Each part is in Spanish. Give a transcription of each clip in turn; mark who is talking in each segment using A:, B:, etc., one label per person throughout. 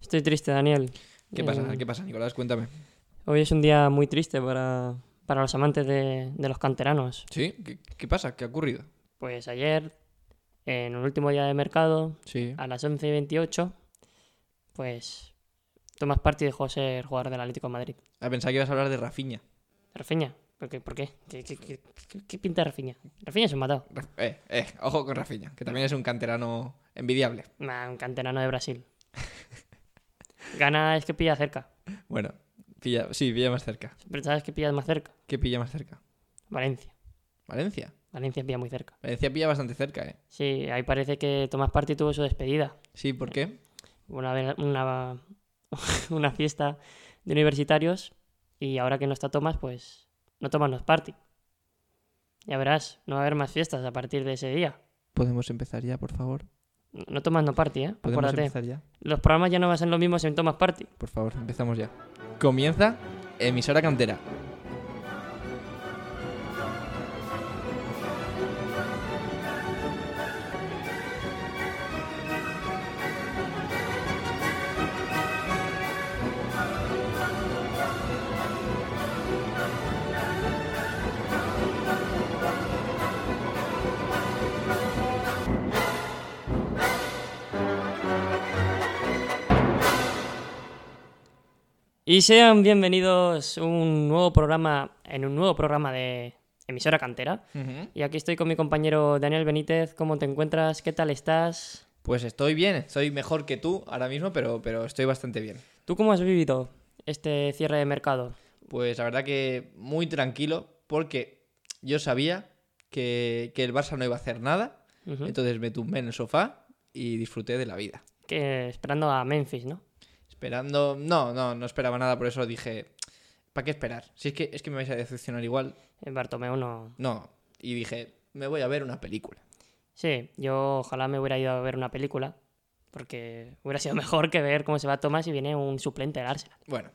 A: Estoy triste, Daniel.
B: ¿Qué pasa?
A: Eh,
B: ¿Qué pasa, Nicolás? Cuéntame.
A: Hoy es un día muy triste para, para los amantes de, de los canteranos.
B: ¿Sí? ¿Qué, qué pasa? ¿Qué ha ocurrido?
A: Pues ayer, en el último día de mercado,
B: Sí.
A: a las 11 y 28, pues Tomás Party dejó de ser jugador del Atlético de Madrid.
B: Ah, pensaba que ibas a hablar de Rafiña.
A: Rafiña, ¿por qué? ¿Por qué? ¿Qué, qué- qué- qué- qué pinta Rafiña? Rafiña es un matado.
B: Raf- Eh, eh, ojo con Rafiña, que también es un canterano envidiable.
A: Nah, un canterano de Brasil. Gana es que pilla cerca.
B: Bueno, pilla, sí, pilla más cerca.
A: Siempre sabes que pillas más cerca.
B: ¿Qué pilla más cerca?
A: Valencia.
B: Valencia.
A: Valencia pilla muy cerca.
B: Valencia pilla bastante cerca, ¿eh?
A: Sí, ahí parece que Tomás Party tuvo su despedida.
B: Sí, ¿por qué?
A: una, vela- una, una fiesta de universitarios y ahora que no está Tomás, pues no Tomás nos party. Ya verás, no va a haber más fiestas a partir de ese día.
B: Podemos empezar ya, por favor.
A: No Tomás no party, ¿eh?
B: Podemos
A: Acuérdate.
B: empezar ya.
A: Los programas ya no van a ser los mismos en Tomás Party.
B: Por favor, empezamos ya. Comienza emisora cantera.
A: Y sean bienvenidos a un nuevo programa, en un nuevo programa de emisora cantera. Y aquí estoy con mi compañero Daniel Benítez. ¿Cómo te encuentras? ¿Qué tal estás?
B: Pues estoy bien, estoy mejor que tú ahora mismo, pero, pero estoy bastante bien.
A: ¿Tú cómo has vivido este cierre de mercado?
B: Pues la verdad que muy tranquilo, porque yo sabía que, que el Barça no iba a hacer nada,
A: Ujú.
B: entonces me tumbé en el sofá y disfruté de la vida.
A: Que esperando a Memphis, ¿no?
B: Esperando... No, no, no esperaba nada, por eso dije, ¿para qué esperar? Si es que, es que me vais a decepcionar igual,
A: Eh, Bartomeu no.
B: no. Y dije, me voy a ver una película.
A: Sí, yo ojalá me hubiera ido a ver una película, porque hubiera sido mejor que ver cómo se va Tomás y viene un suplente del Arsenal.
B: Bueno,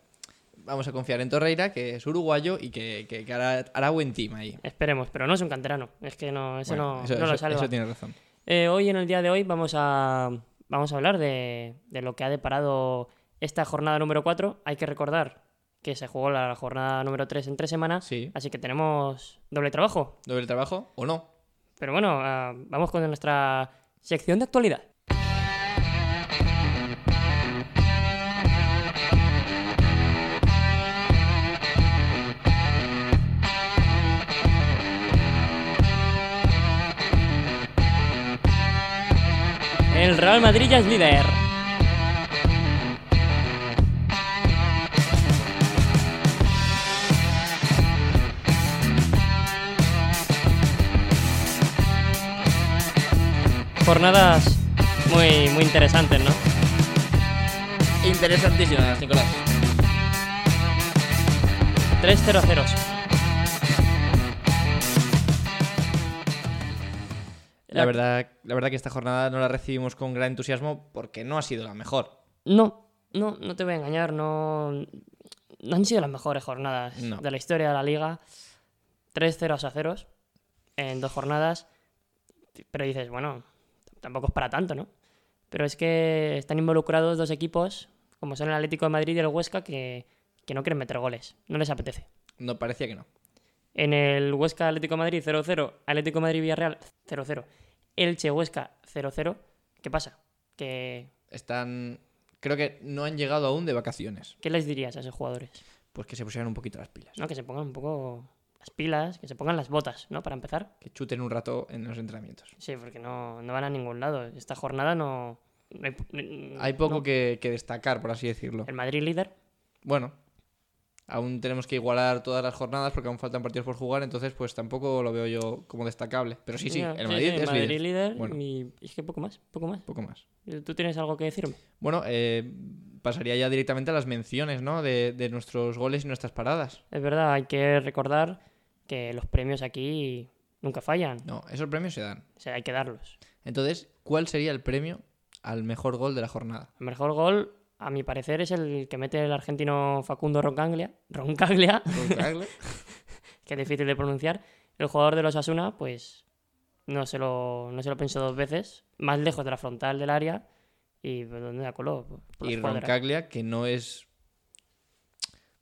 B: vamos a confiar en Torreira, que es uruguayo y que, que- que hará, hará buen team ahí.
A: Esperemos, pero no es un canterano, es que no, eso
B: Bueno,
A: no, no lo salva.
B: eso tiene razón.
A: Eh, hoy, en el día de hoy, vamos a, vamos a hablar de, de lo que ha deparado esta jornada número 4. Hay que recordar que se jugó la jornada número 3 en tres semanas,
B: Sí.
A: así que tenemos doble trabajo.
B: ¿Doble trabajo o no?
A: Pero bueno, ah, vamos con nuestra sección de actualidad. El Real Madrid ya es líder. Jornadas muy, muy interesantes, ¿no?
B: Interesantísimas, Nicolás.
A: 3-0-0.
B: La verdad, la verdad que esta jornada no la recibimos con gran entusiasmo porque no ha sido la mejor.
A: No, no, no te voy a engañar, no, no han sido las mejores jornadas
B: No.
A: de la historia de la liga. 3 ceros a ceros en dos jornadas, pero dices, bueno, tampoco es para tanto, ¿no? Pero es que están involucrados dos equipos, como son el Atlético de Madrid y el Huesca, que, que no quieren meter goles, no les apetece.
B: No parecía que no.
A: En el Huesca Atlético de Madrid 0-0, Atlético de Madrid Villarreal 0-0, Elche Huesca 0-0, ¿qué pasa? ¿Qué,
B: Están. Creo que no han llegado aún de vacaciones.
A: ¿Qué les dirías a esos jugadores?
B: Pues que se pusieran un poquito las pilas.
A: pues ¿no? Que se pongan un poco las pilas, que se pongan las botas, ¿no? Para empezar.
B: Que chuten un rato en los entrenamientos.
A: Sí, porque no, no van a ningún lado. Esta jornada no... no hay, no-
B: Hay poco
A: no.
B: que, que destacar, por así decirlo.
A: El Madrid líder,
B: Bueno, aún tenemos que igualar todas las jornadas porque aún faltan partidos por jugar, entonces pues tampoco lo veo yo como destacable. Pero sí, sí,
A: Ya,
B: el Madrid es
A: Madrid
B: líder.
A: líder
B: Bueno.
A: y y es que poco más, poco más.
B: Poco más.
A: ¿Tú tienes algo que decirme?
B: Bueno, eh, pasaría ya directamente a las menciones, ¿no? De, de nuestros goles y nuestras paradas.
A: Es verdad, hay que recordar que los premios aquí nunca fallan.
B: No, esos premios se dan.
A: O sea, hay que darlos.
B: Entonces, ¿cuál sería el premio al mejor gol de la jornada?
A: El mejor gol, a mi parecer, es el que mete el argentino Facundo Roncaglia. Roncaglia. que es difícil de pronunciar. El jugador de los Asuna, pues no se lo, no se lo pensó dos veces, más lejos de la frontal del área ¿Y pues, dónde la coló? Por- por
B: Y
A: las cuadras.
B: Roncaglia, que no es.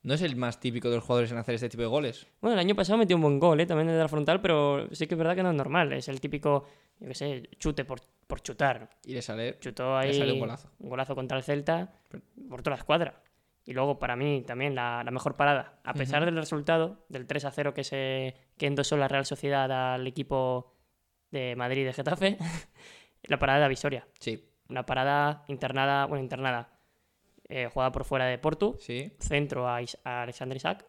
B: No es el más típico de los jugadores en hacer este tipo de goles.
A: Bueno, el año pasado metió un buen gol, ¿eh? también desde la frontal, pero sí que es verdad que no es normal. Es el típico, yo qué sé, chute por, por chutar.
B: Y le sale.
A: Chutó
B: Le
A: ahí
B: sale un golazo.
A: un golazo contra el Celta por toda la escuadra. Y luego, para mí, también la, la mejor parada. A pesar del resultado, del 3 a 0 que, se, que endosó la Real Sociedad al equipo de Madrid de Getafe, la parada de Visoria.
B: Sí,
A: Una parada internada, bueno, internada, eh, jugada por fuera de Portu,
B: sí.
A: centro a, Is- a Alexander Isaac,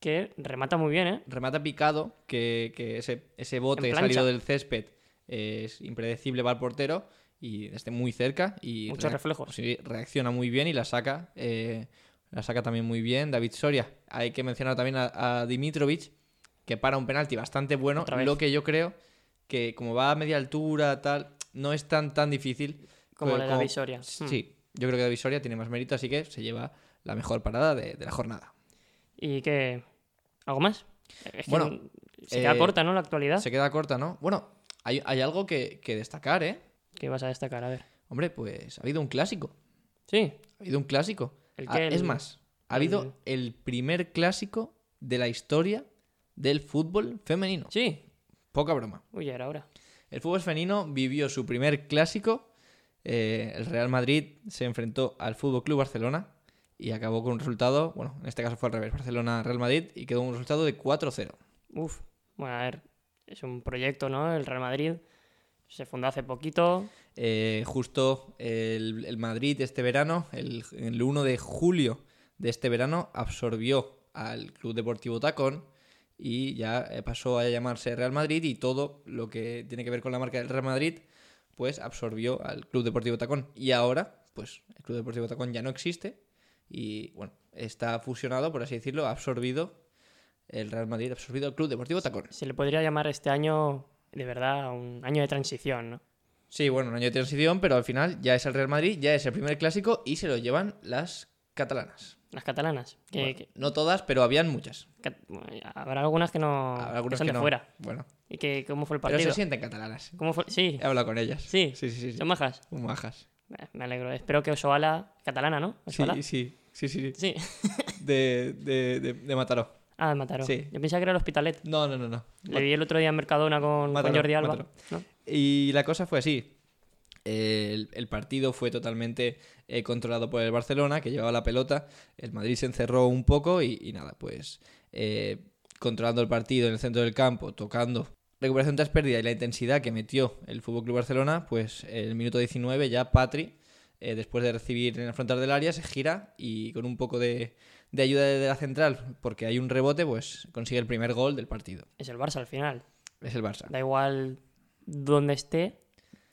A: que remata muy bien, ¿eh?
B: Remata picado, que, que ese, ese bote
A: En
B: salido
A: plancha.
B: del césped eh, es impredecible, va al portero y esté muy cerca. y
A: Muchos
B: rea-
A: reflejos.
B: sí, reacciona muy bien y la saca. eh, la saca también muy bien David Soria. Hay que mencionar también a, a Dimitrovic, que para un penalti bastante bueno.
A: Otra vez.
B: Lo que yo creo que, como va a media altura, tal, no es tan, tan difícil.
A: Como
B: eh,
A: la de Mm. David Soria. Hmm.
B: Sí, yo creo que David Soria tiene más mérito, así que se lleva la mejor parada de- de la jornada.
A: ¿Y qué? ¿Algo más? Es que
B: Bueno,
A: se queda
B: eh,
A: corta, ¿no? La actualidad.
B: Se queda corta, ¿no? Bueno, hay, hay algo que, que destacar, ¿eh?
A: ¿Qué vas a destacar? A ver.
B: Hombre, pues ha habido un clásico.
A: Sí,
B: Ha habido un clásico.
A: El
B: Ah,
A: que el-
B: es más, ha habido el... primer clásico de la historia del fútbol femenino.
A: sí.
B: Poca broma.
A: Uy, ya era hora.
B: El fútbol femenino vivió su primer clásico. Eh, el Real Madrid se enfrentó al Fútbol Club Barcelona y acabó con un resultado, bueno, en este caso fue al revés, Barcelona-Real Madrid y quedó un resultado de 4-0.
A: Uf. Bueno, a ver. Es un proyecto, ¿no? El Real Madrid. Se fundó hace poquito.
B: Eh, justo el, el Madrid este verano, el, el 1 de julio de este verano, absorbió al Club Deportivo Tacón y ya eh, pasó a llamarse Real Madrid y todo lo que tiene que ver con la marca del Real Madrid, pues absorbió al Club Deportivo Tacón. Y ahora, pues el Club Deportivo Tacón ya no existe y bueno, está fusionado, por así decirlo, ha absorbido el Real Madrid, ha absorbido el Club Deportivo Tacón.
A: Se le podría llamar este año, de verdad, un año de transición, ¿no?
B: Sí, bueno, un año de transición, pero al final ya es el Real Madrid, ya es el primer clásico y se lo llevan las catalanas.
A: Las catalanas. Que,
B: Bueno,
A: que-
B: No todas, pero habían muchas.
A: cat- habrá algunas que no.
B: Habrá
A: Ah, que
B: algunas
A: son
B: que
A: de
B: no.
A: fuera.
B: Bueno,
A: ¿Y que, cómo fue el
B: pero
A: partido?
B: se sienten catalanas.
A: ¿Cómo fue? Sí.
B: He hablado con ellas.
A: Sí.
B: sí, sí. sí, sí.
A: ¿Son majas?
B: Muy majas.
A: Eh, Me alegro. Espero que Osoala. Catalana, ¿no?
B: Sí,
A: Osoala.
B: sí, sí, sí.
A: Sí.
B: De, de, de, de Mataró.
A: Ah, de Mataró.
B: Sí.
A: Yo pensaba que era el Hospitalet.
B: No, no, no, no.
A: Le vi el otro día en Mercadona con, con
B: Mátalo,
A: Jordi Alba.
B: mátalo.
A: ¿no?
B: Y la cosa fue así. El, el partido fue totalmente eh, controlado por el Barcelona, que llevaba la pelota. El Madrid se encerró un poco y, y nada, pues eh, controlando el partido en el centro del campo, tocando. Recuperación tras pérdida y la intensidad que metió el Fútbol Club Barcelona, pues en el minuto 19 ya Patri, eh, después de recibir en el frontal del área, se gira y con un poco de, de ayuda de la central, porque hay un rebote, pues consigue el primer gol del partido.
A: Es el Barça al final.
B: Es el Barça.
A: Da igual dónde esté,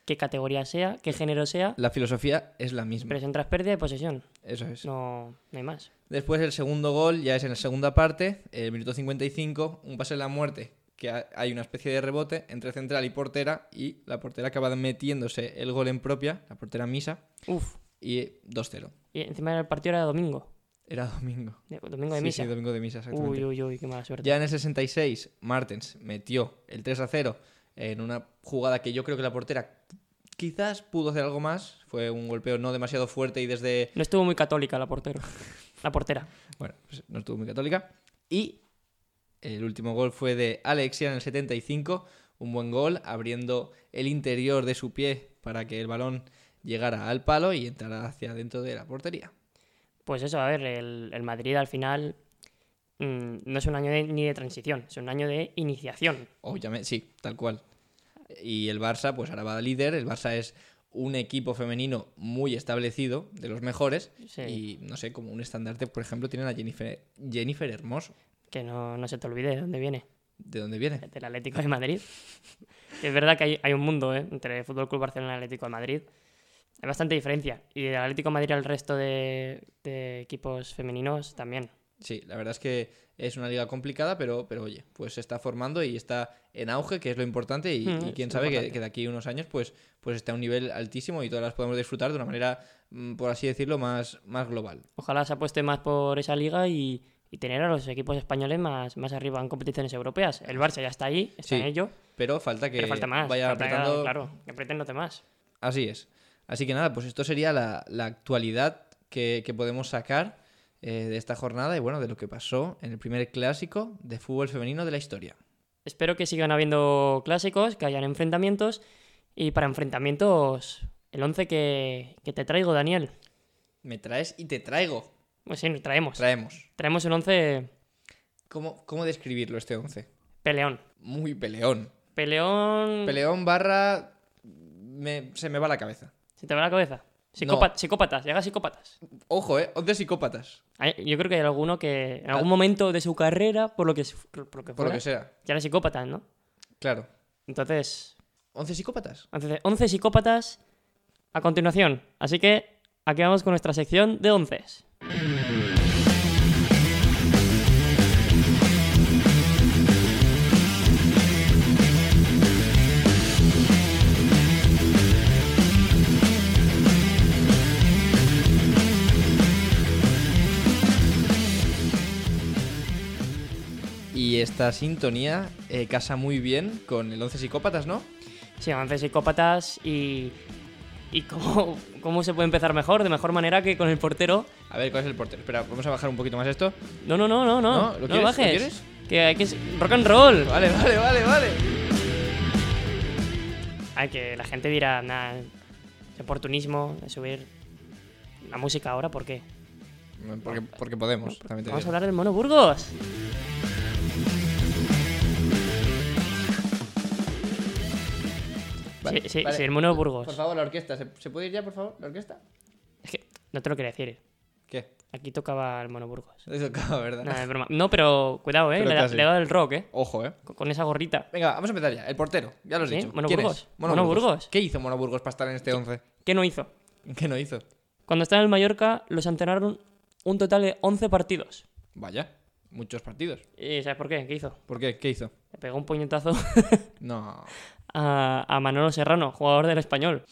A: qué categoría sea, qué género sea.
B: La filosofía es la misma.
A: Presión tras pérdida y posesión.
B: Eso es.
A: No, no hay más.
B: Después el segundo gol ya es en la segunda parte, el minuto 55, un pase de la muerte, que ha- hay una especie de rebote entre central y portera y la portera acaba metiéndose el gol en propia, la portera misa,
A: Uf.
B: y 2-0.
A: Y encima el partido era domingo.
B: Era domingo.
A: de- Domingo de
B: Sí,
A: misa.
B: sí, domingo de misa,
A: uy,
B: exactamente.
A: uy, uy, qué mala suerte.
B: Ya en el 66, Martens metió el 3 a 0 en una jugada que yo creo que la portera quizás pudo hacer algo más. Fue un golpeo no demasiado fuerte y desde
A: No estuvo muy católica la portera. La portera.
B: Bueno, pues no estuvo muy católica. Y el último gol fue de Alexia en el 75. Un buen gol, abriendo el interior de su pie para que el balón llegara al palo y entrara hacia dentro de la portería.
A: Pues eso, a ver, el, el Madrid al final mm, no es un año de- ni de transición, es un año de iniciación.
B: Obviamente, sí, tal cual. Y el Barça, pues ahora va líder. El Barça es un equipo femenino muy establecido, de los mejores.
A: Sí.
B: Y no sé, como un estandarte, por ejemplo, tienen a Jennifer, Jennifer Hermoso.
A: Que no, no se te olvide de dónde viene.
B: ¿De dónde viene?
A: del Atlético de Madrid. es verdad que hay, hay un mundo ¿eh? entre Fútbol Club Barcelona y Atlético de Madrid. Hay bastante diferencia. Y del Atlético de Madrid al resto de, de equipos femeninos también.
B: Sí, la verdad es que es una liga complicada, pero, pero oye, pues se está formando y está en auge, que es lo importante, y,
A: Mm,
B: y
A: es
B: quién
A: lo
B: sabe que,
A: importante.
B: que de aquí a unos años pues, pues esté a un nivel altísimo y todas las podemos disfrutar de una manera, mm, por así decirlo, más, más global.
A: Ojalá se apueste más por esa liga y, y tener a los equipos españoles más, más arriba en competiciones europeas. El Barça ya está ahí, está
B: Sí,
A: en ello,
B: Pero falta que
A: pero falta más.
B: vaya
A: falta que-
B: apretando.
A: Claro, que aprieten los demás.
B: Así es. Así que nada, pues esto sería la, la actualidad que, que podemos sacar eh, de esta jornada y bueno, de lo que pasó en el primer clásico de fútbol femenino de la historia.
A: Espero que sigan habiendo clásicos, que hayan enfrentamientos. Y para enfrentamientos, el 11 que, que te traigo, Daniel.
B: Me traes y te traigo.
A: Pues sí, traemos.
B: Traemos.
A: Traemos el 11
B: ¿Cómo, cómo describirlo este 11?
A: peleón.
B: Muy peleón.
A: Peleón.
B: Peleón barra... me- se me va la cabeza.
A: Se te va la cabeza. Psicópa- Psicópatas, llega a psicópatas.
B: Ojo, ¿eh? 11 psicópatas.
A: Hay- Yo creo que hay alguno que en
B: Ah.
A: algún momento de su carrera, por lo que, su- por lo que
B: Por lo
A: fuera,
B: que sea.
A: ya era psicópata, ¿no?
B: Claro.
A: Entonces,
B: 11 psicópatas.
A: entonces, 11 psicópatas a continuación. Así que aquí vamos con nuestra sección de 11.
B: Y esta sintonía eh, casa muy bien con el 11 psicópatas, ¿no?
A: Sí, 11 psicópatas y... ¿Y cómo, cómo se puede empezar mejor? De mejor manera que con el portero.
B: A ver, ¿cuál es el portero? Espera, vamos a bajar un poquito más esto.
A: No, no, no, no, no.
B: No, ¿lo quieres? ¿Lo
A: bajes.
B: quieres?
A: Que hay que... s- Rock and roll.
B: Vale, vale, vale, vale.
A: Ay, que la gente dirá, nada, oportunismo de subir la música ahora, ¿por qué?
B: Porque, porque podemos. también te
A: Vamos a
B: digo.
A: hablar del Mono Burgos.
B: Vale,
A: sí, sí,
B: vale.
A: sí, el Mono
B: Por
A: Burgos.
B: favor, la orquesta. ¿Se, se puede ir ya, por favor? ¿La orquesta?
A: Es que no te lo quería decir.
B: ¿Qué?
A: Aquí tocaba el Mono Burgos.
B: Eso acaba, ¿verdad?
A: Nada, es broma. No, pero cuidado, ¿eh?
B: Pero
A: le, da,
B: casi.
A: le he dado el rock, ¿eh?
B: Ojo, ¿eh?
A: Con, con esa gorrita.
B: Venga, vamos a empezar ya. El portero, ya lo has
A: ¿Sí?
B: dicho.
A: Mono
B: ¿Quién
A: Burgos.
B: es?
A: Mono Burgos.
B: ¿Qué hizo Mono Burgos para estar en este 11?
A: ¿Qué no hizo?
B: ¿Qué no hizo?
A: Cuando estaba en el Mallorca, los entrenaron un total de 11 partidos.
B: Vaya, muchos partidos.
A: ¿Y sabes por qué? ¿Qué hizo?
B: ¿Por qué? ¿Qué hizo?
A: Le pegó un puñetazo
B: No,
A: a, a Manolo Serrano, jugador del español.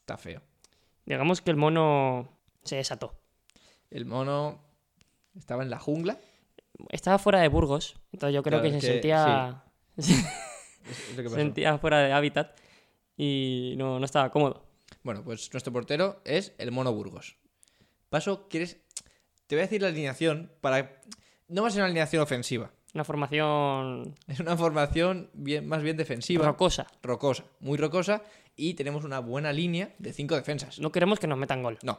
B: está feo.
A: Digamos que el mono se desató.
B: El mono estaba en la jungla.
A: Estaba fuera de Burgos, entonces yo creo
B: Claro,
A: que se
B: es que-
A: sentía,
B: Es- es lo
A: se
B: que pasó.
A: sentía fuera de hábitat y no, no estaba cómodo.
B: Bueno, pues nuestro portero es el Mono Burgos. Paso, ¿quieres...? Te voy a decir la alineación para... No va a ser una alineación ofensiva.
A: Una formación
B: Es una formación bien, más bien defensiva.
A: rocosa.
B: rocosa, muy rocosa. Y tenemos una buena línea de cinco defensas.
A: No queremos que nos metan gol.
B: No.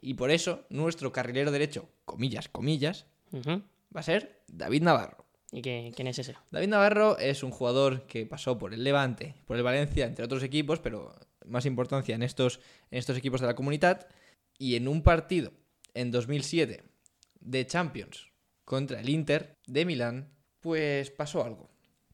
B: Y por eso, nuestro carrilero derecho, comillas, comillas,
A: Ujú.
B: va a ser David Navarro.
A: ¿Y qué- quién es ese?
B: David Navarro es un jugador que pasó por el Levante, por el Valencia, entre otros equipos, pero más importancia en estos, en estos equipos de la comunidad. Y en un partido en 2007 de Champions contra el Inter de Milán, pues pasó algo.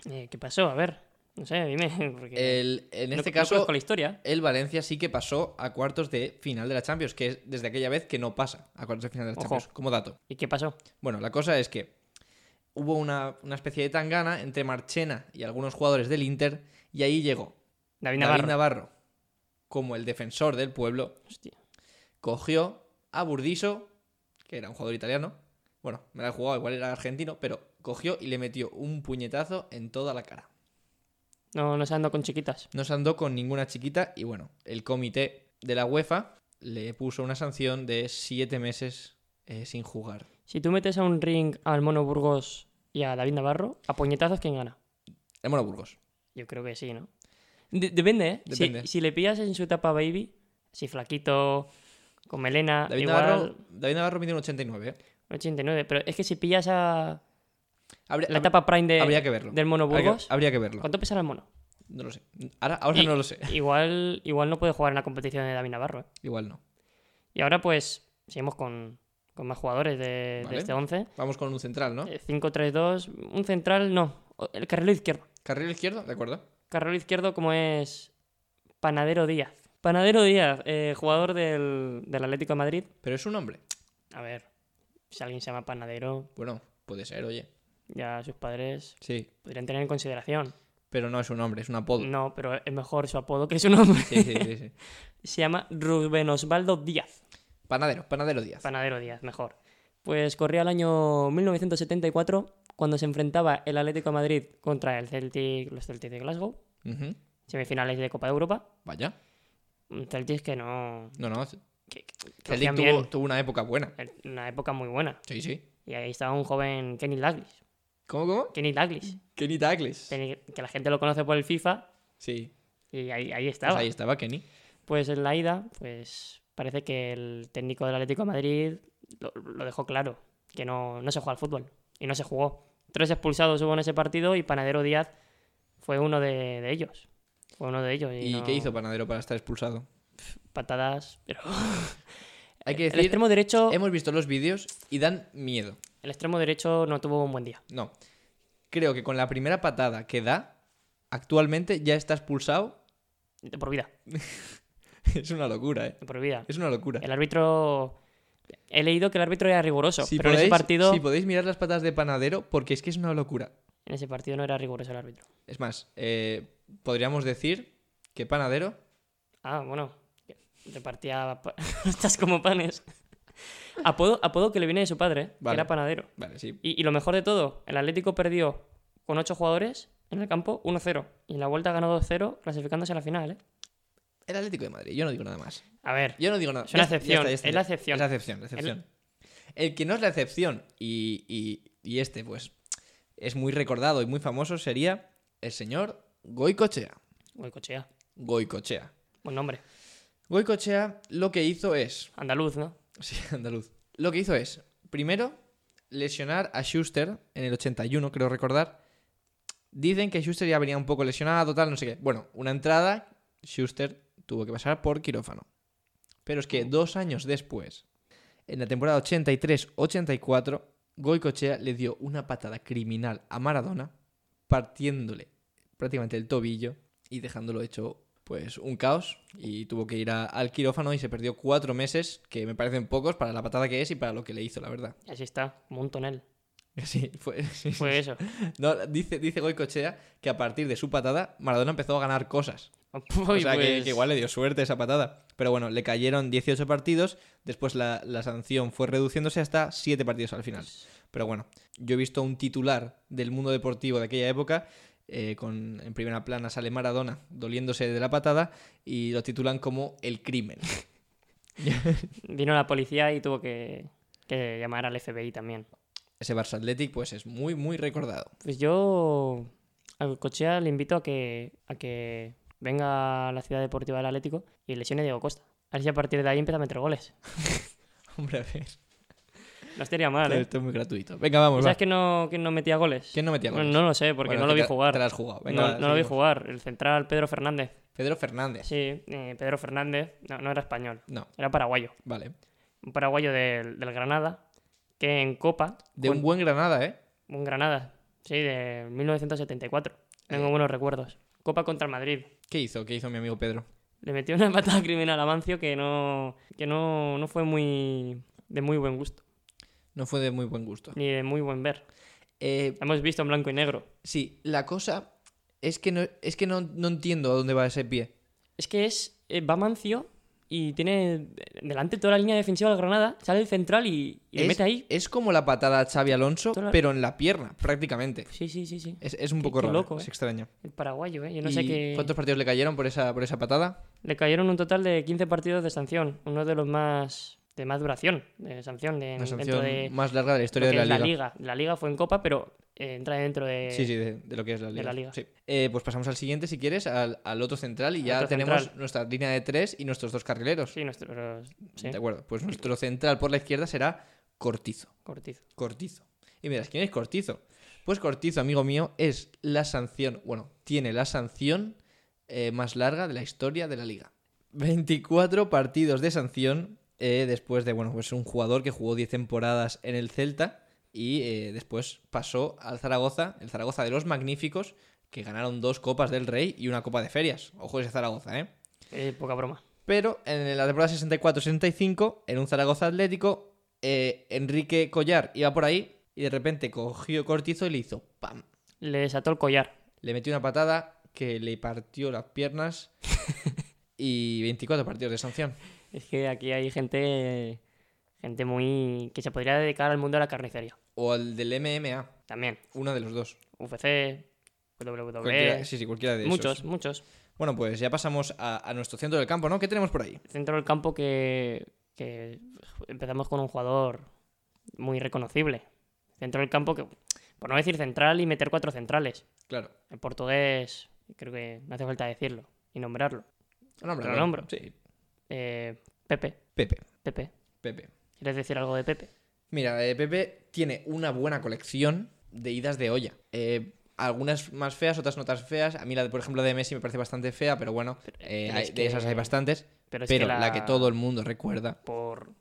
A: Eh, ¿Qué pasó? A ver, no sé, dime. Porque
B: El- en
A: no-
B: este
A: no
B: caso,
A: conozco la historia.
B: el Valencia sí que pasó a cuartos de final de la Champions, que es desde aquella vez que no pasa a cuartos de final de la
A: Ojo.
B: Champions, como dato.
A: ¿Y qué pasó?
B: Bueno, la cosa es que hubo una, una especie de tangana entre Marchena y algunos jugadores del Inter, y ahí llegó
A: David
B: David
A: Navarro.
B: Navarro, como el defensor del pueblo,
A: Hostia.
B: cogió a Burdiso, que era un jugador italiano, bueno, me la he jugado, igual era argentino, pero cogió y le metió un puñetazo en toda la cara.
A: No, no se andó con chiquitas.
B: No se andó con ninguna chiquita y bueno, el comité de la UEFA le puso una sanción de siete meses eh, sin jugar.
A: Si tú metes a un ring al mono Burgos y a David Navarro, a puñetazos, ¿quién gana?
B: El Mono Burgos.
A: Yo creo que sí, ¿no? De- depende, ¿eh? Si-
B: Depende.
A: Si, le pillas en su etapa baby, si flaquito, con melena,
B: David,
A: Ah, igual
B: Navarro, David Navarro mide un 89. ¿eh?
A: 89. Pero es que si pillas a
B: Habría,
A: la etapa prime de-
B: habría que verlo.
A: del mono
B: habría,
A: Burgos,
B: habría que verlo.
A: ¿cuánto pesará el mono?
B: No lo sé. Ahora, ahora
A: Y-
B: no lo sé.
A: Igual, igual no puede jugar en la competición de David Navarro. ¿eh?
B: Igual no.
A: Y ahora pues seguimos con, con más jugadores de, de
B: Vale. Ah.
A: este 11.
B: Vamos con un central, ¿no?
A: Eh, 5-3-2, un central, no, o- el carril izquierdo.
B: Carril izquierdo, ¿de acuerdo?
A: Carril izquierdo como es Panadero Díaz. Panadero Díaz, eh, jugador del, del Atlético de Madrid.
B: Pero es un hombre.
A: A ver, si alguien se llama panadero,
B: Bueno, puede ser, oye.
A: ya sus padres
B: Sí.
A: podrían tener en consideración.
B: Pero no es un hombre, es un apodo.
A: No, pero es mejor su apodo que su nombre.
B: Sí, sí, sí, sí.
A: Se llama Rubén Osvaldo Díaz.
B: Panadero, Panadero Díaz.
A: Panadero Díaz, mejor. Pues corría el año 1974 cuando se enfrentaba el Atlético de Madrid contra el Celtic, los Celtic de Glasgow,
B: Ujú.
A: semifinales de Copa de Europa.
B: Vaya.
A: Un Celtic que no.
B: No, no.
A: que- que- que lo
B: Celtic
A: hacían
B: tuvo,
A: bien.
B: tuvo una época buena.
A: Una época muy buena.
B: Sí, sí.
A: Y ahí estaba un joven Kenny Douglas.
B: ¿Cómo, cómo?
A: Kenny Douglas.
B: Kenny Douglas.
A: Teni- Que la gente lo conoce por el FIFA.
B: Sí.
A: Y ahí, ahí
B: Pues
A: estaba.
B: ahí estaba Kenny.
A: Pues en la ida, pues parece que el técnico del Atlético de Madrid lo, lo dejó claro, que no, no se juega al fútbol. Y no se jugó. Tres expulsados hubo en ese partido y Panadero Díaz fue uno de, de ellos. Fue uno de ellos. ¿Y,
B: ¿Y
A: no-
B: qué hizo Panadero para estar expulsado?
A: Patadas. Pero...
B: Hay que
A: Eh, El
B: decir,
A: extremo derecho.
B: hemos visto los vídeos y dan miedo.
A: El extremo derecho no tuvo un buen día.
B: No. Creo que con la primera patada que da, actualmente ya está expulsado.
A: De por vida.
B: Es una locura, ¿eh?
A: De por vida.
B: Es una locura.
A: El árbitro. He leído que el árbitro era riguroso.
B: Si
A: pero en
B: podéis,
A: ese partido.
B: si podéis mirar las patas de Panadero, porque es que es una locura.
A: En ese partido no era riguroso el árbitro.
B: Es más, eh, podríamos decir que Panadero
A: Ah, bueno. Repartía pa- estás como panes. Apodo, apodo que le viene de su padre, que
B: Vale.
A: era panadero.
B: Vale, sí.
A: Y, y lo mejor de todo, el Atlético perdió con 8 jugadores en el campo 1-0. Y en la vuelta ganó 2-0, clasificándose a la final, ¿eh?
B: El Atlético de Madrid, yo no digo nada más.
A: A ver,
B: Yo no digo nada.
A: Es una
B: Ya está, ya
A: excepción,
B: está, ya
A: es
B: está.
A: la excepción.
B: Es la excepción, la excepción. El... que no es la excepción y, y- y este, pues, es muy recordado y muy famoso sería el señor Goicochea.
A: Goicochea.
B: Goicochea.
A: Buen nombre.
B: Goicochea lo que hizo es.
A: Andaluz, ¿no?
B: Sí, andaluz. Lo que hizo es, primero, lesionar a Schuster en el 81, creo recordar. Dicen que Schuster ya venía un poco lesionado, tal, no sé qué. Bueno, una entrada, Schuster tuvo que pasar por quirófano. Pero es que dos años después, en la temporada 83-84, Goicochea le dio una patada criminal a Maradona, partiéndole prácticamente el tobillo y dejándolo hecho pues un caos y tuvo que ir a- al quirófano y se perdió cuatro meses que me parecen pocos para la patada que es y para lo que le hizo la verdad
A: Y Así está, como un tonel.
B: sí fue, sí, sí.
A: Fue eso.
B: No, dice dice Goicochea que a partir de su patada Maradona empezó a ganar cosas o
A: Uy,
B: sea, que- que,
A: pues,
B: igual le dio suerte esa patada. Pero bueno, le cayeron 18 partidos. Después la, la sanción fue reduciéndose hasta 7 partidos al final. Pero bueno, yo he visto un titular del mundo deportivo de aquella época. eh, con, en primera plana sale Maradona doliéndose de la patada y lo titulan como el crimen.
A: Vino la policía y tuvo que, que llamar al FBI también.
B: Ese Barça Athletic pues es muy muy recordado.
A: Pues yo al Cochea le invito a que, a que venga a la ciudad deportiva del Atlético y lesione a Diego Costa. A ver si a partir de ahí empieza a meter goles.
B: Hombre, a ver.
A: No estaría mal,
B: Pero
A: ¿eh?
B: Esto es muy gratuito. Venga, vamos.
A: ¿Sabes
B: va.
A: que no, que no metía goles?
B: ¿Quién no metía
A: No,
B: goles?
A: no lo sé, porque
B: Bueno,
A: no lo vi
B: te la- Te la
A: jugar.
B: has jugado. Venga,
A: No,
B: va,
A: no lo vi
B: seguimos.
A: jugar. El central Pedro Fernández.
B: Pedro Fernández.
A: Sí, eh, Pedro Fernández. No, no era español,
B: No,
A: era paraguayo.
B: vale.
A: Un paraguayo del, del Granada, que en Copa...
B: De
A: con-
B: un buen Granada, ¿eh?
A: Un Granada, sí, de 1974. Tengo
B: Eh.
A: buenos recuerdos. Copa contra el Madrid.
B: ¿Qué hizo? ¿Qué hizo mi amigo Pedro?
A: Le metió una patada criminal a Mancio que no, que no, no fue muy de muy buen gusto,
B: No fue de muy buen gusto.
A: ni de muy buen ver.
B: Eh,
A: La Hemos visto en blanco y negro.
B: sí, la cosa es que, no, es que no, no entiendo a dónde va ese pie.
A: Es que es eh, va Mancio y tiene eh, delante toda la línea defensiva del Granada, sale el central y, y le
B: es,
A: mete ahí.
B: Es como la patada a Xavi Alonso,
A: Toda la-
B: pero en la pierna, prácticamente.
A: Sí, sí, sí, sí.
B: Es, es un
A: Qué-
B: poco
A: qué
B: raro,
A: loco,
B: es
A: ¿eh?
B: extraño.
A: El paraguayo, ¿eh? Yo no sé
B: ¿Y
A: qué...
B: ¿Cuántos partidos le cayeron por esa, por esa patada?
A: Le cayeron un total de 15 partidos de sanción, uno de los más... de más duración, de sanción de,
B: Una
A: dentro
B: sanción
A: de...
B: más larga de la
A: lo
B: historia de
A: que
B: la
A: es
B: liga.
A: la liga. La liga fue en Copa, pero eh, entra dentro de...
B: Sí, sí, de, de lo que es la liga.
A: la liga.
B: Sí. Eh, pues pasamos al siguiente, si quieres, al, al otro central y ya
A: Otro
B: tenemos
A: central.
B: nuestra línea de tres y nuestros dos carrileros.
A: Sí, nuestros... Sí,
B: De acuerdo, pues nuestro central por la izquierda será Cortizo.
A: Cortizo.
B: Cortizo. Y miras, ¿quién es Cortizo? Pues Cortizo, amigo mío, es la sanción, bueno, tiene la sanción eh, más larga de la historia de la liga. 24 partidos de sanción eh, después de, bueno, pues un jugador que jugó 10 temporadas en el Celta y eh, después pasó al Zaragoza, el Zaragoza de los Magníficos, que ganaron dos Copas del Rey y una Copa de Ferias. Ojo ese Zaragoza, ¿eh?
A: Eh, poca broma.
B: Pero en la temporada 64-65, en un Zaragoza Atlético, eh, Enrique Collar iba por ahí y de repente cogió Cortizo y le hizo ¡pam!
A: Le desató el collar.
B: Le metió una patada que le partió las piernas y 24 partidos de sanción.
A: Es que aquí hay gente, gente muy que se podría dedicar al mundo de la carnicería.
B: O al del MMA,
A: También
B: uno de los dos.
A: UFC, WWE,
B: Cualquiera- sí, sí, cualquiera de esos.
A: E, muchos, muchos.
B: Bueno, pues ya pasamos a, a nuestro centro del campo, ¿no? ¿Qué tenemos por ahí?
A: Centro del campo que, que empezamos con un jugador muy reconocible. Centro del campo que, por no decir central y meter cuatro centrales.
B: Claro.
A: El portugués, creo que no hace falta decirlo y nombrarlo.
B: Un hombre,
A: Lo
B: ¿no?
A: nombro.
B: Sí.
A: Eh, Pepe,
B: Pepe.
A: Pepe.
B: Pepe.
A: ¿Quieres decir algo de Pepe?
B: Mira, eh, Pepe tiene una buena colección de idas de olla. Eh, algunas más feas, otras no tan feas. A mí la, de, por ejemplo, de Messi me parece bastante fea, pero bueno, eh,
A: pero
B: hay-
A: es
B: de esas
A: que-
B: hay bastantes.
A: Pero es
B: pero
A: que
B: la...
A: la,
B: que todo el mundo recuerda
A: Por,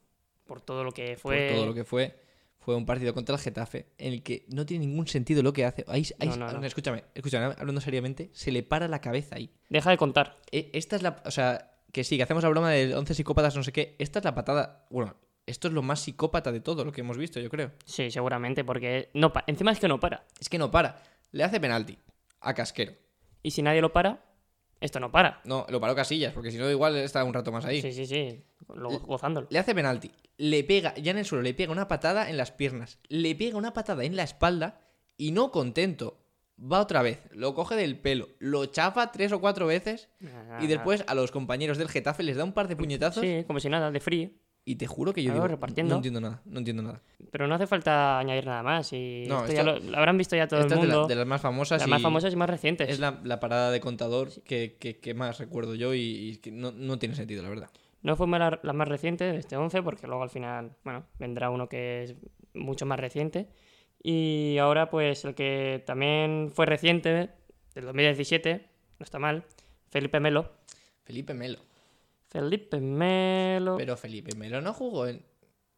A: por todo lo que fue.
B: por todo lo que fue, fue un partido contra el Getafe en el que no tiene ningún sentido lo que hace. Ahí- ahí-
A: No, no, no.
B: Escúchame, escúchame, hablando seriamente, se le para la cabeza ahí.
A: Deja de contar.
B: E- Esta es la. O sea, que sí, que hacemos la broma de 11 psicópatas, no sé qué. Esta es la patada. Bueno, esto es lo más psicópata de todo lo que hemos visto, yo creo.
A: Sí, seguramente, porque no pa- encima es que no para.
B: Es que no para. Le hace penalti a Casquero.
A: Y si nadie lo para, esto no para.
B: No, lo paró Casillas, porque si no, igual está un rato más ahí.
A: Sí, sí, sí. Lo-
B: L-
A: gozándolo.
B: Le hace penalti. Le pega, ya en el suelo, le pega una patada en las piernas. Le pega una patada en la espalda. Y no contento, va otra vez. Lo coge del pelo. Lo chafa tres o cuatro veces. Y después a los compañeros del Getafe les da un par de puñetazos.
A: Sí, como si nada, de frío.
B: Y te juro que yo
A: Algo
B: digo,
A: repartiendo.
B: no entiendo nada, no entiendo nada.
A: Pero no hace falta añadir nada más. Y
B: No,
A: esto ya
B: esto-
A: lo, lo habrán visto ya todo
B: Esta
A: el
B: es de, la-
A: mundo.
B: de las más famosas.
A: las más
B: y
A: famosas y más recientes.
B: Es la, la parada de contador que, que- que más recuerdo yo y, y que no, no tiene sentido, la verdad.
A: No fue mala- la, más reciente de este 11, porque luego al final, bueno, vendrá uno que es mucho más reciente. Y ahora, pues el que también fue reciente, del 2017, no está mal, Felipe Melo.
B: Felipe Melo.
A: Felipe Melo.
B: Pero Felipe Melo no jugó en.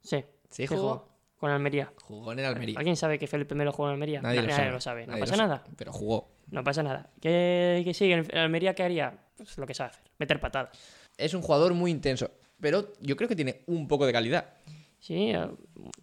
A: Sí,
B: Sí,
A: sí jugó
B: jugó.
A: con Almería.
B: Jugó en el Almería.
A: ¿Alguien sabe que Felipe Melo jugó en Almería?
B: Nadie,
A: Na-
B: lo, sabe.
A: No
B: Nadie
A: pasa
B: lo
A: nada.
B: sabe. Pero jugó.
A: No pasa nada. ¿Qué, qué sigue? ¿En Almería qué haría? Pues lo que sabe hacer, meter patadas.
B: Es un jugador muy intenso. Pero yo creo que tiene un poco de calidad.
A: Sí, eh,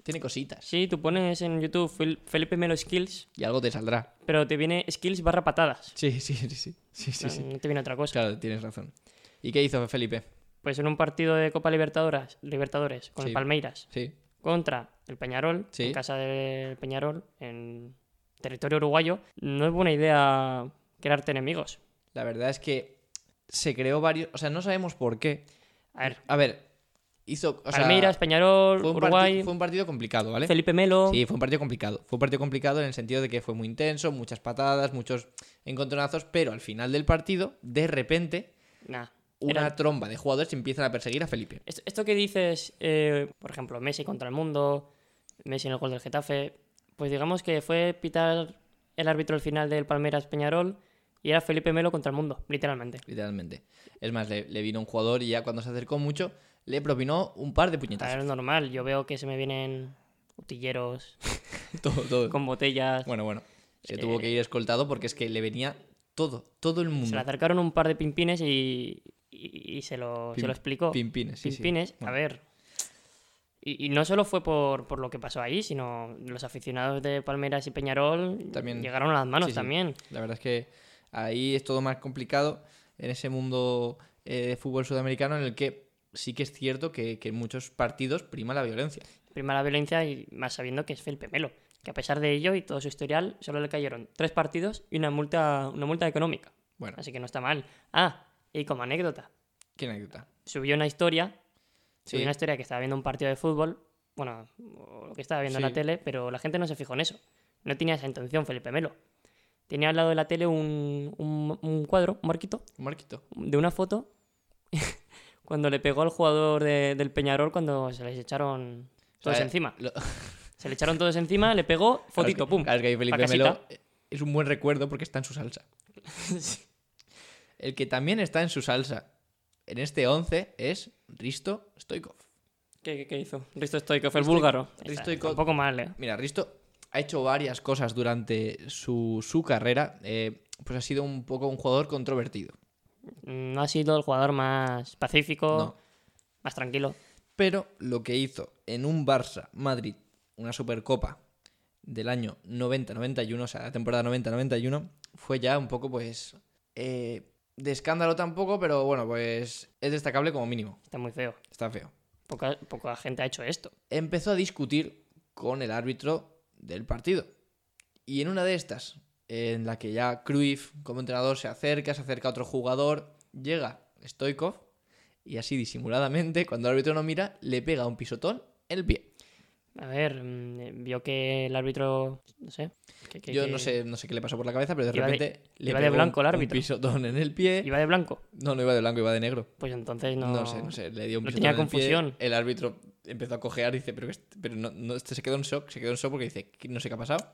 B: Tiene cositas.
A: sí, tú pones en YouTube Fel- Felipe Melo Skills,
B: Y algo te saldrá.
A: pero te viene Skills barra patadas.
B: Sí, sí, sí, sí. Sí, sí,
A: No-
B: sí.
A: No te viene otra cosa.
B: Claro, tienes razón. ¿Y qué hizo Felipe?
A: Pues en un partido de Copa Libertadoras, Libertadores con
B: Sí.
A: el Palmeiras
B: Sí.
A: contra el Peñarol,
B: Sí.
A: en casa del Peñarol, en territorio uruguayo, no es buena idea crearte enemigos.
B: La verdad es que se creó varios. O sea, no sabemos por qué.
A: A ver,
B: A ver, hizo. o sea,
A: Palmeiras, Peñarol,
B: fue un, parti-
A: Uruguay,
B: fue un partido complicado, ¿vale?
A: Felipe Melo.
B: Sí, fue un partido complicado. Fue un partido complicado en el sentido de que fue muy intenso, muchas patadas, muchos encontronazos, pero al final del partido, de repente,
A: Nah,
B: una
A: era-
B: tromba de jugadores empiezan a perseguir a Felipe.
A: Esto, esto que dices, eh, por ejemplo, Messi contra el mundo, Messi en el gol del Getafe, pues digamos que fue pitar el árbitro al final del Palmeiras Peñarol y era Felipe Melo contra el mundo, literalmente.
B: Literalmente. Es más, le, le vino un jugador y ya cuando se acercó mucho, le propinó un par de
A: A ver,
B: puñetazos.
A: es normal, yo veo que se me vienen utilleros
B: Todo, todo.
A: con botellas.
B: Pues, Bueno, bueno. Se
A: Eh,
B: tuvo que ir escoltado porque es que le venía todo, todo el mundo.
A: se le acercaron un par de pimpines y, y- y se, lo, se
B: Pim-
A: lo explicó.
B: Pimpines, sí, sí.
A: pimpines, a
B: Bueno.
A: ver. Y, y no solo fue por, por lo que pasó ahí, sino los aficionados de Palmeiras y Peñarol
B: También-
A: llegaron a las manos
B: sí, sí.
A: también.
B: La verdad es que ahí es todo más complicado en ese mundo eh, de fútbol sudamericano en el que sí que es cierto que, que en muchos partidos prima la violencia.
A: Prima la violencia y más sabiendo que es Felipe Melo, que a pesar de ello y todo su historial, solo le cayeron tres partidos y una multa, una multa económica.
B: Bueno,
A: Así que no está mal. Ah, y como anécdota,
B: qué anécdota. Eh,
A: subió una historia, subió
B: Sí.
A: una historia que estaba viendo un partido de fútbol, bueno, o lo que estaba viendo en
B: Sí.
A: la tele, pero la gente no se fijó en eso. No tenía esa intención Felipe Melo. Tenía al lado de la tele un, un- un cuadro, un marquito,
B: Un marquito.
A: de una foto cuando le pegó al jugador de- del Peñarol cuando se les echaron todos
B: sea,
A: encima.
B: Lo-
A: Se le echaron todos encima, le pegó, fotito,
B: claro,
A: pum.
B: claro que ahí Felipe
A: Pa'
B: Melo eh, es un buen recuerdo porque está en su salsa. El que también está en su salsa en este 11 es Risto Stoikov.
A: ¿Qué, qué- qué hizo? Risto Stoikov, el
B: Risto-
A: búlgaro.
B: Risto
A: Está-
B: Stoikov-
A: Tampoco mal, ¿eh?
B: Mira, Risto ha hecho varias cosas durante su, su carrera. eh, pues ha sido un poco un jugador controvertido.
A: No ha sido el jugador más pacífico,
B: No.
A: más tranquilo.
B: Pero lo que hizo en un Barça Madrid, una Supercopa del año 90-91, o sea, la temporada 90-91, fue ya un poco, pues. eh, de escándalo tampoco, pero bueno, pues es destacable como mínimo.
A: Está muy feo.
B: Está feo.
A: Poca, poca gente ha hecho esto.
B: Empezó a discutir con el árbitro del partido. Y en una de estas, en la que ya Cruyff como entrenador se acerca, se acerca a otro jugador, llega Stoikov y así disimuladamente, cuando el árbitro no mira, le pega un pisotón en el pie.
A: A ver, mm, vio que el árbitro, no sé. que- que-
B: Yo
A: que
B: no sé, no sé qué le pasó por la cabeza, pero de
A: Iba de-
B: repente le
A: iba de
B: pegó
A: blanco
B: un,
A: el
B: un
A: árbitro.
B: pisotón en el pie.
A: Iba de blanco.
B: No, no iba de blanco, iba de negro.
A: Pues entonces no.
B: No, sé, no sé, le dio un
A: no
B: pisotón
A: tenía
B: en el pie,
A: confusión.
B: El árbitro empezó a cojear y dice, pero, este- pero no, no, este se quedó en shock, se quedó en shock porque dice, "¿Qué- no sé qué ha pasado.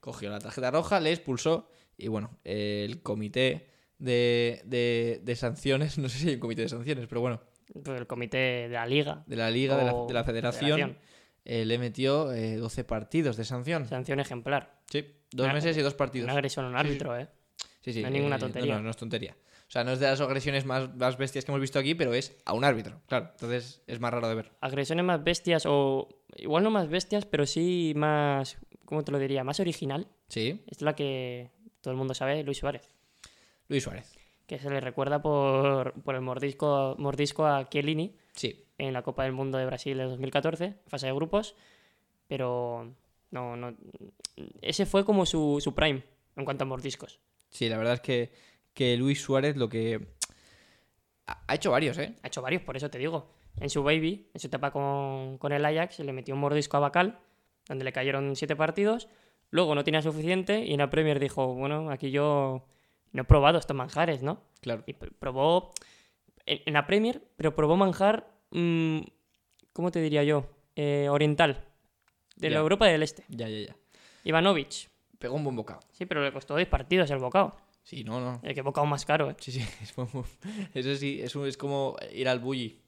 B: Cogió la tarjeta roja, le expulsó y bueno, eh, el comité de, de- de sanciones, no sé si hay un comité de sanciones, pero bueno,
A: Pues el comité de la liga.
B: de la liga, de la,
A: o
B: de la federación, eh, le metió eh, 12 partidos de sanción.
A: Sanción ejemplar.
B: sí, dos
A: una-
B: meses y dos partidos.
A: Una agresión a un árbitro, ¿eh?
B: Sí, sí,
A: No hay ninguna
B: eh,
A: tontería.
B: No, no, no es tontería. O sea, no es de las agresiones más, más bestias que hemos visto aquí, pero es a un árbitro, claro. Entonces es más raro de ver.
A: Agresiones más bestias o. Igual no más bestias, pero sí más. ¿Cómo te lo diría? Más original.
B: Sí,
A: Es la que todo el mundo sabe, Luis Suárez.
B: Luis Suárez.
A: Que se le recuerda por, por el mordisco, mordisco a Chiellini
B: Sí,
A: en la Copa del Mundo de Brasil de 2014, fase de grupos. Pero. No, no. Ese fue como su, su prime en cuanto a mordiscos.
B: sí, la verdad es que, que Luis Suárez lo que. Ha ha hecho varios, ¿eh?
A: Ha hecho varios, por eso te digo. En su baby, en su etapa con, con el Ajax, se le metió un mordisco a Bacal, donde le cayeron siete partidos. Luego no tenía suficiente y en la Premier dijo, bueno, aquí yo no he probado estos manjares, ¿no?
B: Claro.
A: Y pr- probó en, en la Premier, pero probó manjar, mm, ¿cómo te diría yo? Eh, oriental, de
B: Ya.
A: la Europa del Este.
B: Ya, ya, ya.
A: Ivanovic,
B: Pegó un buen bocado.
A: sí, pero le costó 10 partidos el bocado.
B: Sí, no, no.
A: El que bocado más caro, ¿eh?
B: Sí, sí, es como- eso sí, es, un- es como ir al bully.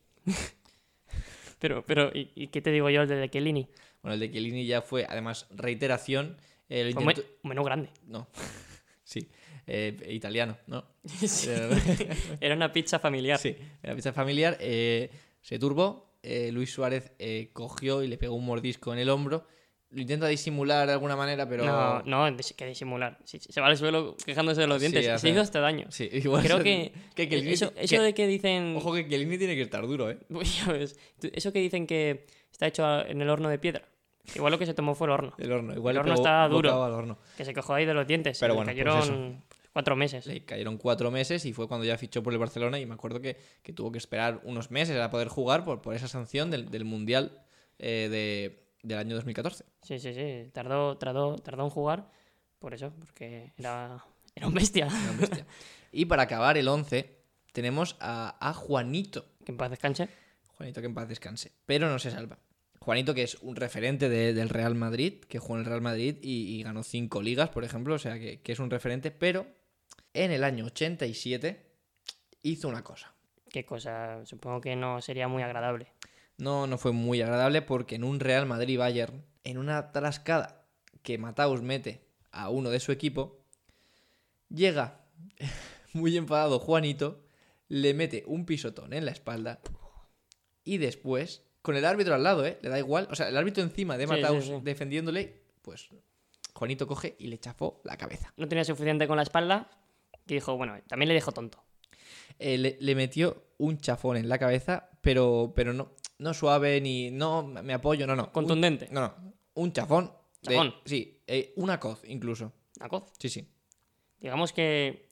A: Pero, pero ¿y, y qué te digo yo el de Chiellini?
B: Bueno, el de Chiellini ya fue, además, reiteración. eh, lo
A: Fue un me-
B: intentó-
A: un menú grande.
B: No. sí. Eh, italiano, ¿no?
A: Sí.
B: Eh,
A: Era una pizza familiar.
B: Sí, en la pizza familiar eh, se turbó. eh, Luis Suárez eh, cogió y le pegó un mordisco en el hombro. Lo intenta disimular de alguna manera, pero.
A: No, no, dis- que disimular. Si- si se va al suelo quejándose de los
B: Sí,
A: dientes.
B: hace-
A: se hizo hasta daño.
B: Sí, igual.
A: Creo que,
B: Chiellini-
A: eso,
B: que-
A: eso de que dicen...
B: Ojo que Chiellini tiene que estar duro, ¿eh?
A: Uy, ya ves. Tú- Eso que dicen que está hecho a- en el horno de piedra. Igual lo que se tomó fue el horno.
B: El horno.
A: El
B: Igual le
A: horno
B: pegó
A: está
B: un
A: duro.
B: bocado al horno.
A: Que se cojó ahí de los dientes.
B: Pero
A: le
B: bueno, pues
A: cayeron cuatro meses.
B: Le cayeron cuatro meses y fue cuando ya fichó por el Barcelona. Y me acuerdo que, que tuvo que esperar unos meses a poder jugar por, por esa sanción del, del Mundial eh, de- del año 2014.
A: Sí, sí, sí. Tardó, tardó, tardó en jugar. Por eso, porque era, era un bestia.
B: Una bestia. y para acabar el 11, tenemos a- a Juanito.
A: que en paz descanse.
B: Juanito que en paz descanse, pero no se salva. Juanito que es un referente de- del Real Madrid, que jugó en el Real Madrid y, y ganó cinco ligas, por ejemplo, o sea que, que es un referente, pero en el año 87 hizo una cosa.
A: Qué cosa. Supongo que no sería muy agradable.
B: No, no fue muy agradable porque en un Real Madrid-Bayern, en una trascada que Mataus mete a uno de su equipo, llega muy enfadado Juanito, le mete un pisotón en la espalda y después, con el árbitro al lado, ¿eh? le da igual, o sea, el árbitro encima de
A: Sí, sí,
B: Mataus
A: sí.
B: defendiéndole, pues Juanito coge y le chafó la cabeza.
A: no tenía suficiente con la espalda, que dijo, bueno, también le dejo tonto.
B: Eh, le, le metió un chafón en la cabeza, pero, pero no, no suave ni no me apoyo, no, no. Un-
A: Contundente.
B: No, no. Un chafón. de-
A: Chafón.
B: sí, eh, una coz incluso.
A: Una coz.
B: Sí, sí.
A: Digamos que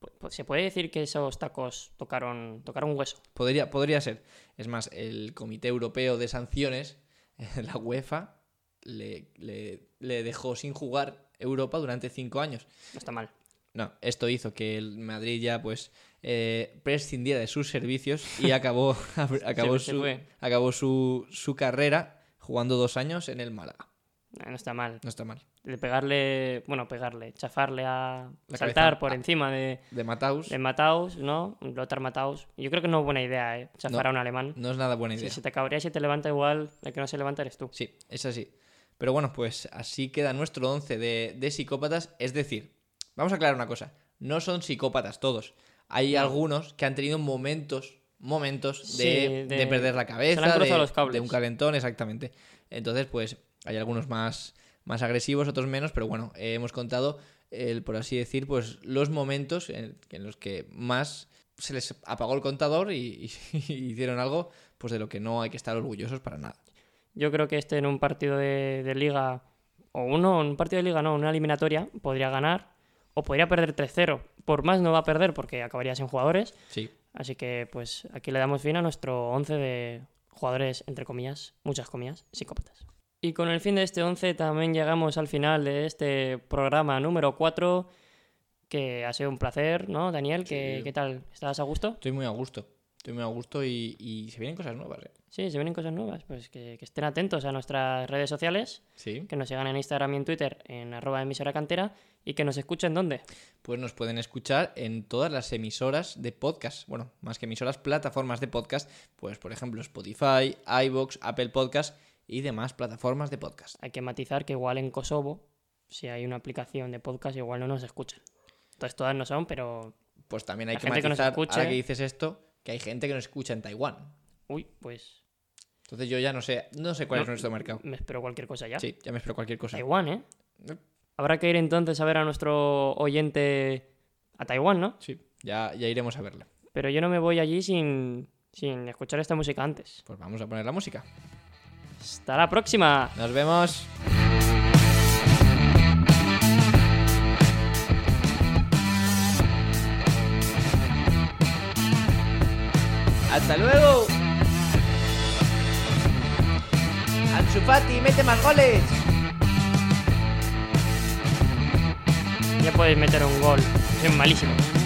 A: pu- pu- se puede decir que esos tacos tocaron, tocaron hueso.
B: Podría, podría ser. Es más, el Comité Europeo de Sanciones, la UEFA, le, le- le dejó sin jugar Europa durante cinco años.
A: No está mal.
B: No, esto hizo que el Madrid ya pues eh, prescindiera de sus servicios y acabó, acabó,
A: se
B: su,
A: fue.
B: acabó su, su carrera jugando dos años en el Málaga.
A: eh, No no está mal.
B: No está mal.
A: De pegarle, bueno, pegarle, chafarle a
B: La
A: saltar
B: cabeza.
A: por
B: Ah.
A: encima de,
B: De Mataus
A: de Mataus, ¿no? Lothar Mataus. Yo creo que no es buena idea, ¿eh? Chafar
B: No.
A: a un alemán.
B: no es nada buena idea.
A: Si se te cabrea y se te levanta igual, el que no se levanta eres tú.
B: Sí, es así. Pero bueno, pues así queda nuestro 11 de, de psicópatas. Es decir, vamos a aclarar una cosa. No son psicópatas todos. Hay
A: No.
B: algunos que han tenido momentos, momentos de,
A: Sí, de-
B: de perder la
A: se le han
B: cabeza,
A: cruzado
B: de,
A: los cables.
B: de un calentón, exactamente. Entonces, pues hay algunos más, más agresivos, otros menos, pero bueno, eh, hemos contado, el, por así decir, pues los momentos en, en los que más se les apagó el contador y, y hicieron algo pues de lo que no hay que estar orgullosos para nada.
A: Yo creo que este en un partido de, de liga o uno, un partido de liga, no, una eliminatoria, podría ganar o podría perder 3-0. Por más no va a perder porque acabaría sin jugadores.
B: Sí.
A: Así que pues aquí le damos fin a nuestro 11 de jugadores, entre comillas, muchas comillas, psicópatas. Y con el fin de este 11 también llegamos al final de este programa número 4, que ha sido un placer, ¿no, Daniel? ¿Qué,
B: Sí.
A: qué tal? ¿Estás a gusto?
B: Estoy muy a gusto. Estoy muy a gusto y, y se vienen cosas nuevas, ¿eh?
A: Sí, se vienen cosas nuevas. Pues que, que estén atentos a nuestras redes sociales,
B: Sí.
A: que nos sigan en Instagram y en Twitter, en arroba emisora cantera, y que nos escuchen dónde.
B: Pues nos pueden escuchar en todas las emisoras de podcast. Bueno, más que emisoras, plataformas de podcast. Pues, por ejemplo, Spotify, iBox, Apple Podcast y demás plataformas de podcast.
A: Hay que matizar que igual en Kosovo, si hay una aplicación de podcast, igual no nos escuchan. Entonces todas no son, pero
B: Pues también hay
A: La
B: que
A: gente que nos
B: matizar,
A: escuche.
B: ahora que dices esto, que hay gente que nos escucha en Taiwán.
A: uy, pues
B: Entonces yo ya no sé, no sé cuál
A: No,
B: es nuestro mercado.
A: me espero cualquier cosa ya.
B: Sí, ya me espero cualquier cosa.
A: Taiwán, ¿eh?
B: No.
A: Habrá que ir entonces a ver a nuestro oyente a Taiwán, ¿no?
B: Sí, ya, ya iremos a verla.
A: Pero yo no me voy allí sin, sin escuchar esta música antes.
B: Pues vamos a poner la música.
A: ¡Hasta la próxima!
B: Nos vemos. ¡Hasta luego! Ansu Fati, mete más goles.
A: Ya podéis meter un gol. Soy malísimo.